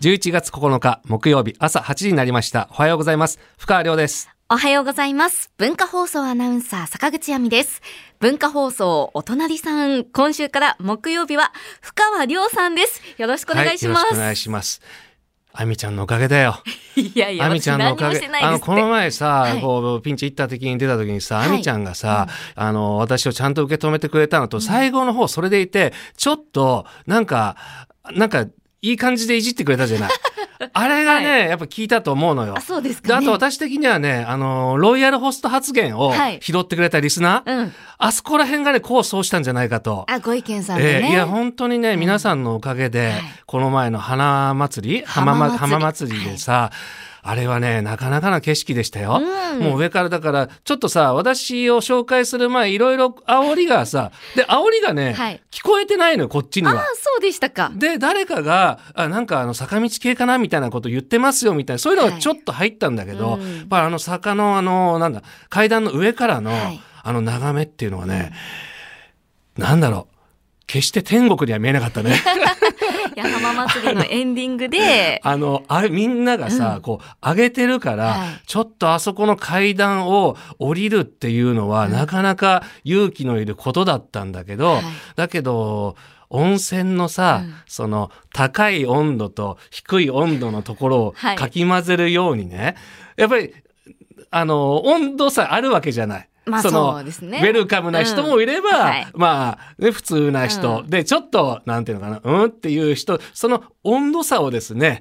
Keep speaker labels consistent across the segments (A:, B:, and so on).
A: 11月9日木曜日朝8時になりました。おはようございます。深川亮です。
B: おはようございます。文化放送アナウンサー坂口亜美です。文化放送お隣さん、今週から木曜日は深川亮さんです。よろしくお願いします。は
A: しく
B: い、よろ
A: お願いします。あみちゃんのおかげだよ。
B: い やいや、
A: あみちゃんのおかげ。あの、この前さ、
B: はい
A: こう、ピンチ行った時に出た時にさ、
B: はい
A: あみちゃんがさ、あの、私をちゃんと受け止めてくれたのと、最後の方それでいて、ちょっと、なんか、なんか、いい感じでいじってくれたじゃ ない。あれがね、
B: は
A: やっぱ聞いたと思うのよ。
B: あ、そうです
A: で、
B: か、
A: あ
B: ね。
A: と私的にはね、あの、ロイヤルホスト発言を
B: はい
A: 拾ってくれたリスナー、
B: うん。
A: あそこら辺がね、こうそうしたんじゃないかと。
B: あ、ご意見さんで
A: え
B: ね。
A: ーいや、本当にね、皆さんのおかげで、
B: はい
A: この前の花祭り
B: 浜
A: 浜
B: 祭り
A: ま浜祭りでさ、あれはね、なかなかな景色でしたよ。
B: うん
A: もう上からだから、ちょっとさ、私を紹介する前、いろいろ煽りがさ、で、煽りがね、
B: はい
A: 聞こえてないのよ、こっちに
B: あ
A: は。
B: そうでしたか。
A: で、誰かが、あ、なんかあの、坂道系かなみたいなこと言ってますよ、みたいな、そういうのがちょっと入ったんだけど、
B: はいうん
A: やっぱあの、坂のあの、なんだ、階段の上からの、
B: はい
A: あの、眺めっていうのはね、なんだろう、決して天国には見えなかった ね。
B: いや浜祭りのエンディングで、
A: あの、あれ、みんながさ、こう、上げてるから、
B: はい
A: ちょっとあそこの階段を降りるっていうのは、なかなか勇気のいることだったんだけど、
B: はい
A: だけど、温泉のさ、
B: うん
A: その高い温度と低い温度のところを
B: はい
A: かき混ぜるようにね、やっぱり、あの、温度差あるわけじゃない。
B: まあ
A: の
B: そうですね
A: ウェルカムな人もいれば、
B: うんはい
A: まあ、ね、普通な人、
B: う
A: で、ちょっと、なんていうのかな、うんっていう人、その温度差をですね、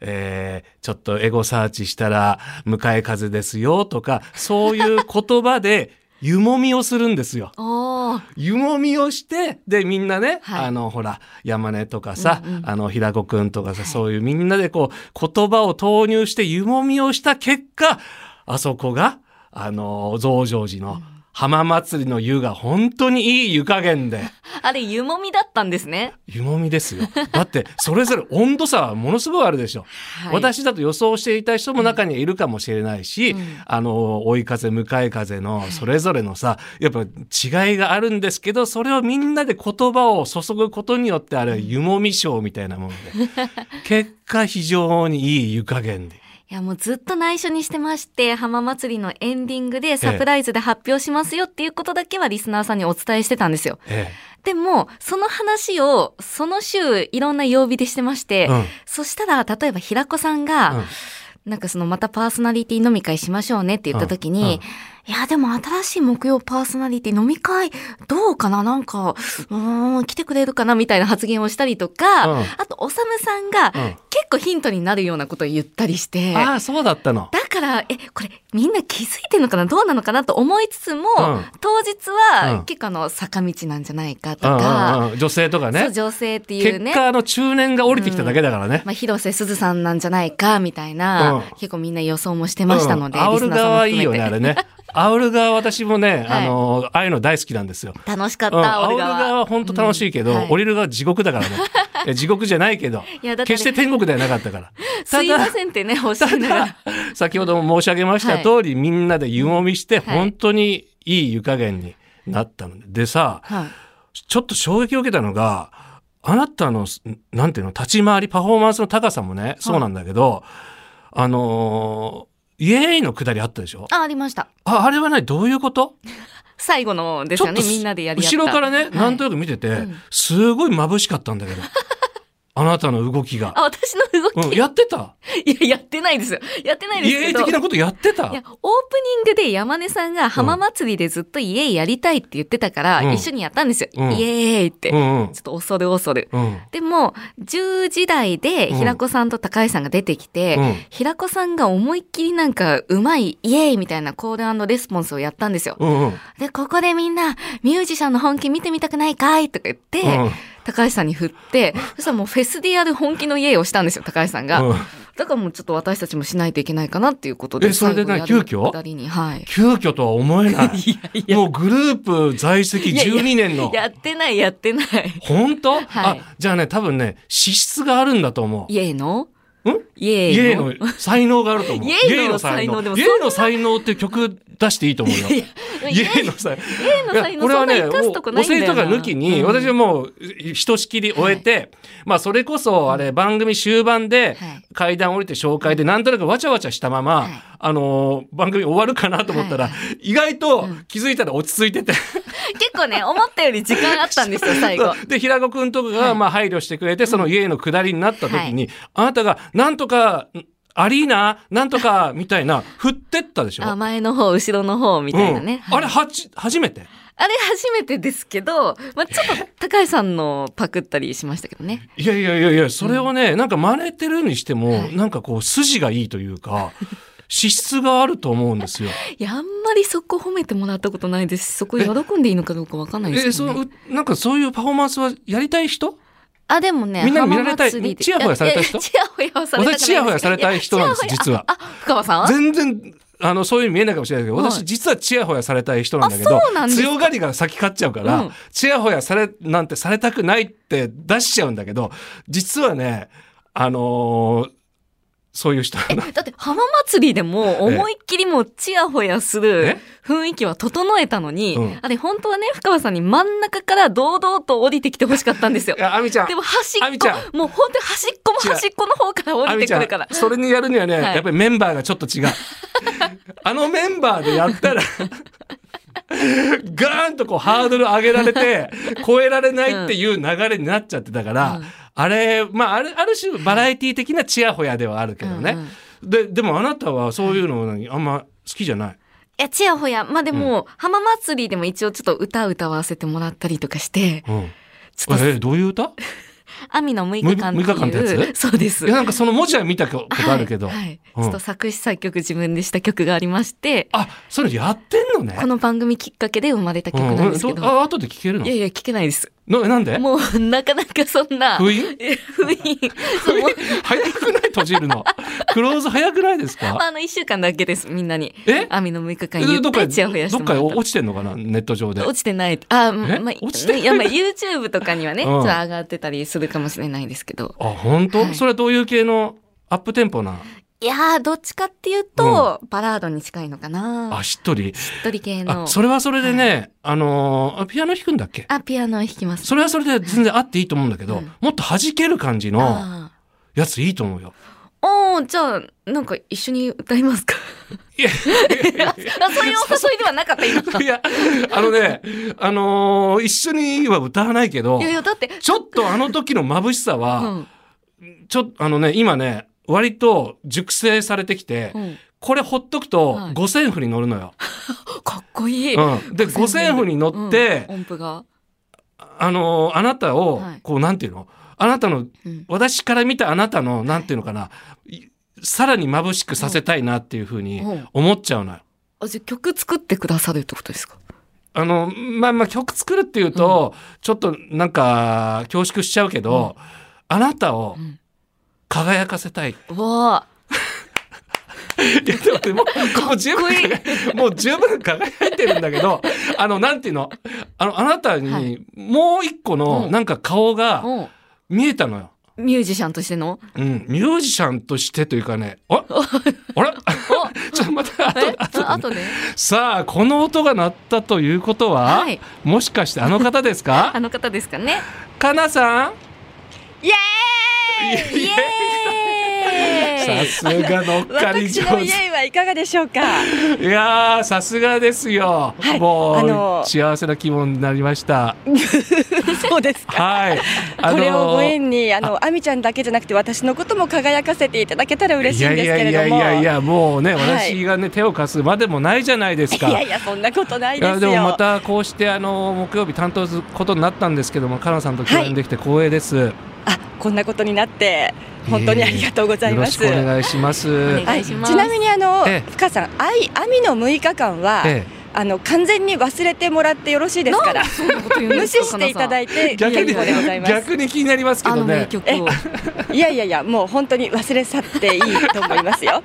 A: えーちょっとエゴサーチしたら、向かい風ですよとか、そういう言葉で、湯もみをするんですよ。
B: おお、
A: 湯もみをして、で、みんなね、
B: はい
A: あの、ほら、山根とかさ、
B: うんうん
A: あの、平子くんとかさ、
B: はい
A: そういうみんなでこう、言葉を投入して湯もみをした結果、あそこが、あの、増上寺の浜祭りの湯が本当にいい湯加減で、
B: あれ湯もみだったんですね。
A: 湯もみですよ。だって、それぞれ温度差はものすごいあるでしょ。
B: はい、
A: 私だと予想していた人も中にはいるかもしれないし、
B: うん
A: あの追い風向かい風のそれぞれのさやっぱ違いがあるんですけどそれをみんなで言葉を注ぐことによってあれは湯もみ賞みたいなもので結果非常にいい湯加減で。
B: いやもうずっと内緒にしてまして、浜祭りのエンディングでサプライズで発表しますよっていうことだけはリスナーさんにお伝えしてたんですよ。
A: え
B: でも、その話をその週いろんな曜日でしてまして、
A: うん
B: そしたら例えば平子さん
A: えうん
B: が、なんかそのまたパーソナリティ飲み会しましょうねって言った時に、
A: うんうん
B: いやでも新しい木曜パーソナリティ飲み会どうかななんか、うーん、来てくれるかなみたいな発言をしたりとか、
A: うん
B: あと、おさむさんが
A: うん
B: 結構ヒントになるようなことを言ったりして、
A: ああそうだったの。
B: だから、え、これみんな気づいてるのかなどうなのかなと思いつつも、
A: うん
B: 当日
A: う
B: は
A: ん
B: 結構あの坂道なんじゃないかと
A: うん
B: か、
A: うんうん女性とか
B: そ
A: ね
B: う女性っていう
A: 結
B: ね、
A: 果あの中年が降りてきただけだからね。
B: まあ、広瀬すずさんなんじゃないかみたいな、
A: うん
B: 結構みんな予想もしてましたので、
A: うん
B: リ
A: 煽
B: ス
A: る
B: ナーさんも
A: 側
B: 含
A: い
B: め
A: いよ
B: て
A: ねあれね。煽る側私もね、
B: はい
A: あのああいうの大好きなんですよ。
B: 楽しかっ
A: うん、
B: た、
A: 煽
B: 俺
A: る
B: が
A: 側は本当楽しいけど、
B: うんはい
A: 降りる側は地獄だから ねいや地獄じゃないけど
B: いやだってね
A: 決して天国ではなかったから
B: すいませんって ね、おっしゃいながら。
A: 先ほども申し上げました通り、みんなで湯もみして
B: はい
A: 本当にいい湯加減になったのででさ
B: はい
A: ちょっと衝撃を受けたのがあなたのなんていうの立ち回りパフォーマンスの高さもねそうなんだけど、あのーイエーイのくだりあったでしょ
B: あ、ありました。
A: ああれはねどういうこと
B: 最後のですよね、みんなでやり合った。
A: 後ろからね、なんと
B: はい
A: なく見てて、
B: うん
A: すごい眩しかったん だけどあなたの動きが、
B: あ、私の動
A: うん、
B: き、
A: やってた
B: いや、やってないですよ。やってないで
A: イ
B: す
A: エー
B: け
A: イ
B: ど。
A: 的なことやってた
B: いや、オープニングで山根さんが浜祭りでずっとイエイやりたいって言ってたから、
A: うん
B: 一緒にやったんですよ。
A: うん
B: イエーイって。
A: う
B: ちょ
A: んうん
B: っと恐る恐る。
A: うん
B: でも、10時台で
A: うん
B: 平子さんと高橋さんが出てきて、
A: うん
B: 平子さんが思いっきりなんか、うまい、イエーイみたいなコールレスポンスをやったんですよ。
A: うんうん
B: で、ここでみんな、ミュージシャンの本気見てみたくないかいとか言って、
A: うん
B: 高橋さんに振って、そしたらもうフェスでやる本気のイエーイをしたんですよ、高橋さんが。
A: うん
B: だからもうちょっと私たちもしないといけないかなっていうことで。
A: えそれでな
B: 最後やる
A: 急遽
B: くだりにはい。
A: 急遽とは思え ないもうグループ在籍12年の
B: やってない、やってない。
A: 本当、
B: はい
A: あじゃあね多分ね資質があるんだと思う
B: イエーイのイエーイ
A: イエイの才能があると思う。
B: イエイの才能でも
A: イエイの才能って曲出していいと思うよ。
B: いや
A: イエイの才能。
B: イエ
A: い
B: イの才能
A: やこれはね、
B: そんな生かすとこ
A: お
B: ないんだよ
A: 世
B: な
A: とか抜きに、
B: うん
A: 私はもう、ひとしきり終えて、まあ、それこそ、あれ、番組終盤で
B: はい、
A: 階段降りて紹介で、なんとなくわちゃわちゃしたまま、
B: はい
A: あのー番組終わるかなと思ったら、
B: は
A: 意外と気づいたら落ち着いてて、
B: 結構ね、思ったより時間あったんですよ、最 後。
A: で、平子くんとかが、まあ、配慮してくれて、その家の下りになった時に、あなたが、なんとか、アリーナなんとか、みたいな、振ってったでしょ
B: あ前の方、後ろの方みたいなね。
A: うん、あれ
B: はい
A: はち、初めて
B: あれ初めてですけど、まあ、ちょっと高橋さんのパクったりしましたけどね。
A: いやいやいやいや、それをね、なんか真似てるにしても
B: は、い
A: なんかこう、筋がいいという か、資質があると思うんですよ。
B: いや、あんまりそこ褒めてもらったことないですし、そこ喜んでいいのかどうかわかんない
A: え、
B: ですけ
A: そ
B: ど、ね。
A: の、うなんかそういうパフォーマンスはやりたい人
B: あ、でもね、
A: みんなに見られたい
B: 浜祭りで
A: チヤホヤされた人
B: いやいやチヤホヤはされたくないで
A: 私、
B: す
A: チヤホヤされたい人なんです、
B: いやチヤホ
A: 実は
B: ヤ。あ、深川さん
A: 全然、あの、そういう見えないかもしれないけど、
B: はい
A: 私実はチヤホヤされたい人なんだけど
B: あそうなん、ですか
A: 強がりが先勝っちゃうか
B: う
A: ら
B: ん、
A: チヤホヤされ、なんてされたくないって出しちゃうんだけど、実はね、あのーそういう人なんだ。
B: だって浜祭りでも思いっきりもうチヤホヤする
A: え
B: 雰囲気は整えたのに、
A: うん
B: あれ本当はね、深川さんに真ん中から堂々と降りてきてほしかったんですよ
A: い。や、アミちゃん
B: で、も端
A: あ
B: っ
A: みちゃ
B: こ、もう本当に端っこも端っこの方から降
A: あ
B: り
A: み
B: て
A: ちゃ
B: く
A: ん
B: るから。
A: それにやるにはね、
B: はい
A: やっぱりメンバーがちょっと違 うあのメンバーでやったらガーンとこうハードル上げられ て超えられないっていう流れになっちゃってたから、
B: うん
A: あれまああるある種バラエティ的なチヤホヤではあるけどね、ででもあなたはそういうのあんま好きじゃない、
B: いや、チヤホヤ。まあでも、浜祭りでも一応ちょっと歌歌わせてもらったりとかして、
A: うん、
B: ちょっと、
A: えどういう歌
B: 網の6日間っていう。
A: むい6日間ってや
B: そうです。
A: いやなんかその文字は見たことあるけど、
B: はいはい
A: うん
B: ちょっと作詞作曲自分でした曲がありまして、
A: あそれやってんのね
B: この番組きっかけで生まれた曲
A: うん
B: なんですけ
A: え
B: ど。
A: どあ後で聞けるの
B: いやいや、聞けないです。
A: ななんで
B: もう、なかなかそんな、
A: 封印
B: え封印、そうもう
A: 早くない閉じるの。クローズ早くないです
B: まあ
A: か
B: あの、一週間だけです、みんなに。
A: え
B: 網の6日間、ゆ
A: え
B: っ
A: どっ
B: く
A: か
B: りチヤホ
A: で
B: ヤし
A: ど
B: て
A: っ
B: も
A: か
B: らっ
A: で
B: た。
A: 落ちてんのかなネット上で。
B: 落ちてない。あ、
A: え
B: まあ、
A: 落ちてない
B: いや、まあ、YouTube とかにはね、
A: う
B: ち
A: ん
B: ょっと上がってたりするかもしれないですけど。
A: あ、本当、
B: はい
A: それはどういう系のアップテンポな。
B: いやー、どっちかっていうと、バラードに近いのかな
A: あ、。しっとり。
B: しっとり系の
A: あ、。それはそれでね、あのーあピアノ弾くんだっけ
B: あ、ピアノ弾きます。
A: それはそれで全然あっていいと思うんだけど、
B: うん
A: もっと弾ける感じの
B: あ
A: やついいと思うよ。
B: ーおー、じゃあ、なんか一緒に歌いますか
A: いや、
B: あそういうお誘いではなかっ た、今。
A: いや、あのね、あのー一緒には歌わないけど
B: いや、いや、だって、
A: ちょっとあの時の眩しさ
B: う
A: は、
B: ん。
A: ちょっとあのね、今ね、割と熟成されてきて、
B: うん
A: これほっとくと
B: はい
A: 五線譜に乗るのよ。
B: かっこいい。
A: うん、で五線譜に乗って、
B: うん音符が。
A: あのーあなたを
B: はい
A: こうなんていうのあなたの
B: うん
A: 私から見たあなたのなんていうのかな、いさらに眩しくさせたいなっていうふうに
B: うん
A: 思っちゃうのよ。
B: あ、じゃあ曲作ってくださるってことですか
A: あのまあまあ曲作るっていうと、ちょっとなんか恐縮しちゃうけど、あなたを
B: うん
A: 輝かせたい。い
B: わあ。
A: やでもでももう十分
B: いい
A: 輝もう十分輝いてるんだけど、あのなんていうのあのあなた
B: は
A: に
B: い
A: もう一個の
B: うん
A: なんか顔が、
B: うん
A: 見えたのよ。
B: ミュージシャンとしての
A: うん、ミュージシャンとしてというかね、ああれ ちょっと待って、あ
B: え
A: と、あ
B: あ
A: と、
B: とで
A: さあ、この音が鳴ったということは、
B: はい
A: もしかしてあの方です
B: あ
A: か
B: の方ですかね
A: かなさん
B: イエーイ
A: イ
B: イ
A: さ
B: エーイ
A: すがのっかり
C: 私
A: 上
C: の家はいかがでしょうか。
A: 手。いやー、さすがですよ。
C: はい
A: もう、
C: あの
A: 幸せな気分になりました。
C: そうですか。
A: はい。あ
C: これをご
A: い
C: 縁にあのあみちゃんだけじゃなくて私のことも輝かせていただけたら嬉しい
A: や
C: んで
A: い
C: す
A: や
C: け
A: い
C: れ
A: やい
C: ども。
A: やいや、もうね、
C: はい
A: 私がね、手を貸すまでもないじゃないですか。
C: いやいやそんなことない
A: い
C: です
A: や
C: よ。
A: でもまたこうしてあの木曜日担当することになったんですけども、かなさんと共演できて光栄です。
C: あこんなことになって本当にありがとうござい
A: よろ
C: ま
A: し
C: す。
A: くお願いします。
B: お願
C: はいい、
B: し
C: ち
B: ます
C: なみにあの、
A: ええ
C: 深さん、あい、あみの6日間は、
A: え
C: あの完全に忘れてもらってよろしいですから、
B: そんなこと言うん
C: 無
B: で
C: 視
B: すか
C: していただ
B: い
C: いて
A: え、逆に
C: 結構でございます。
A: 逆に気になりますけ
B: あ
A: ど
B: の名
A: ね。
B: 曲を
C: いやいやいや、もう本当に忘れ去っていいと思いますよ。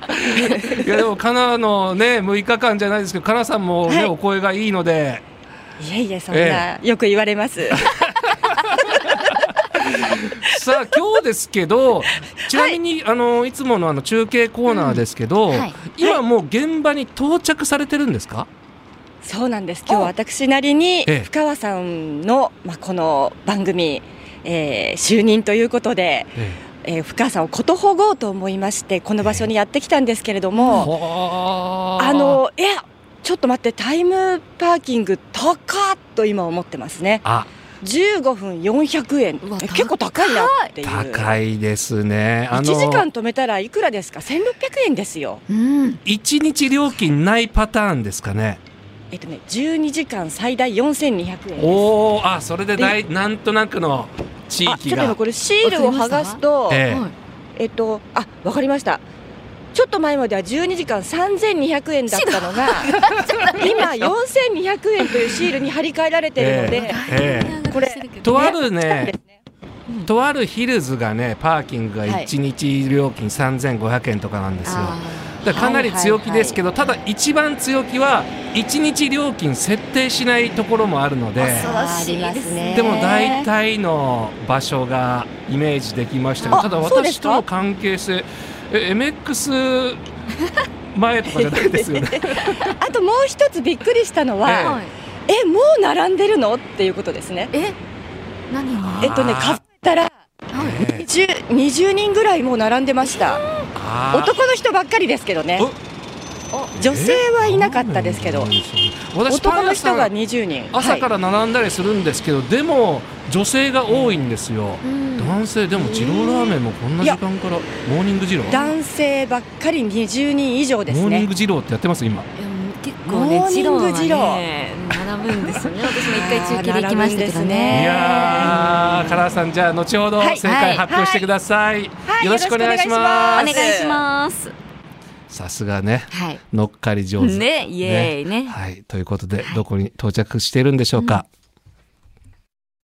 A: いやでもかなのね6日間じゃないですけど、かなさんもね、
C: はい
A: お声がいいので、
C: いやいや、そんな、よく言われます。
A: さあ今日ですけ どちなみに、あのいつものあの中継コーナーですけど、
B: うんはい
A: 今もう現場に到着されてるんですか、
C: そうなんです。今日私なりに
A: ええ
C: 深川さんの、まあ、この番組、えー就任ということで、えー、深川さんをことほごうと思いましてこの場所にやってきたんですけれども、
A: は
C: あのいやちょっと待ってタイムパーキング高っと今思ってますね。
A: あ
C: 15分400円
B: うわ
C: え結構高いなっていう。
A: 高いですねあ
C: 1
A: の
C: 時間止めたらいくらですか1600円ですよ。
B: うん。
A: 一日料金ないパターンですかね
C: えっとね12時間最大4200円です。
A: おおあそれでだいなんとなくの地
C: あち
A: 域
C: ょっと今
A: が
C: これシールを剥がすと
A: ええ
B: はい
C: えっとあわかりましたちょっと前までは12時間3200円だったのが今4200円というシールに貼り替えられてるので、
A: え
C: これ
A: とある
C: そうで
A: ね
C: すね
A: とあるヒルズがねパーキングが
B: はい
A: 1日料金3500円とかなんですよ、
B: あ
A: だからかなり強気ですけど、ただ一番強気は1日料金設定しないところもあるので
B: あそう恐ろしいですね
A: でも大体の場所がイメージできましたけど
C: あ
A: ただ
C: そうで
A: 私
C: すか
A: との関係性え MX 前とかじゃないですよね
C: あともう一つびっくりしたの
A: え
B: ー
A: え
C: は、
B: はい。
C: えもう並んでるのっていうことですね
B: え、何が
C: えっとね
A: あー
C: 買ったら
B: はい。
A: ええ
C: 10 20人ぐらいもう並んでました
A: あー
C: 男の人ばっかりですけどね女性はいなかったですけど
A: えー私パ
C: 男の人
A: ン屋さ
C: が
A: ん
C: 20人、
A: 朝からら並んだりするんですけど、でも女性が多いんですよ、
B: うん
A: 男性でも二郎ラーメンもこんな時間からモーニング二郎
C: はい男性ばっかり20人以上です
A: モーニン
C: ね
A: グ二郎ってやってます今
B: いやもう結構ね
C: モーニ
B: ジ
C: ン
B: ロ
C: グ
B: ーは
C: ジロ
B: ね並ぶんです よね。私も一回中継で行きましたけど
C: えー
A: い
B: ね。
A: やー、唐沢さん、じゃあ、後ほど
C: はい
A: 正解発表してください。
C: はい
A: よろしくお願いし
B: お
A: ま
B: 願
C: よろ
A: す。
B: い
C: くお願い
B: し
C: し
B: ます。
A: さすがね、
B: はい。
A: 乗っかり上手。
B: ね、イエーイね。
A: はい、ということで、どこに到着しているんでしょうか。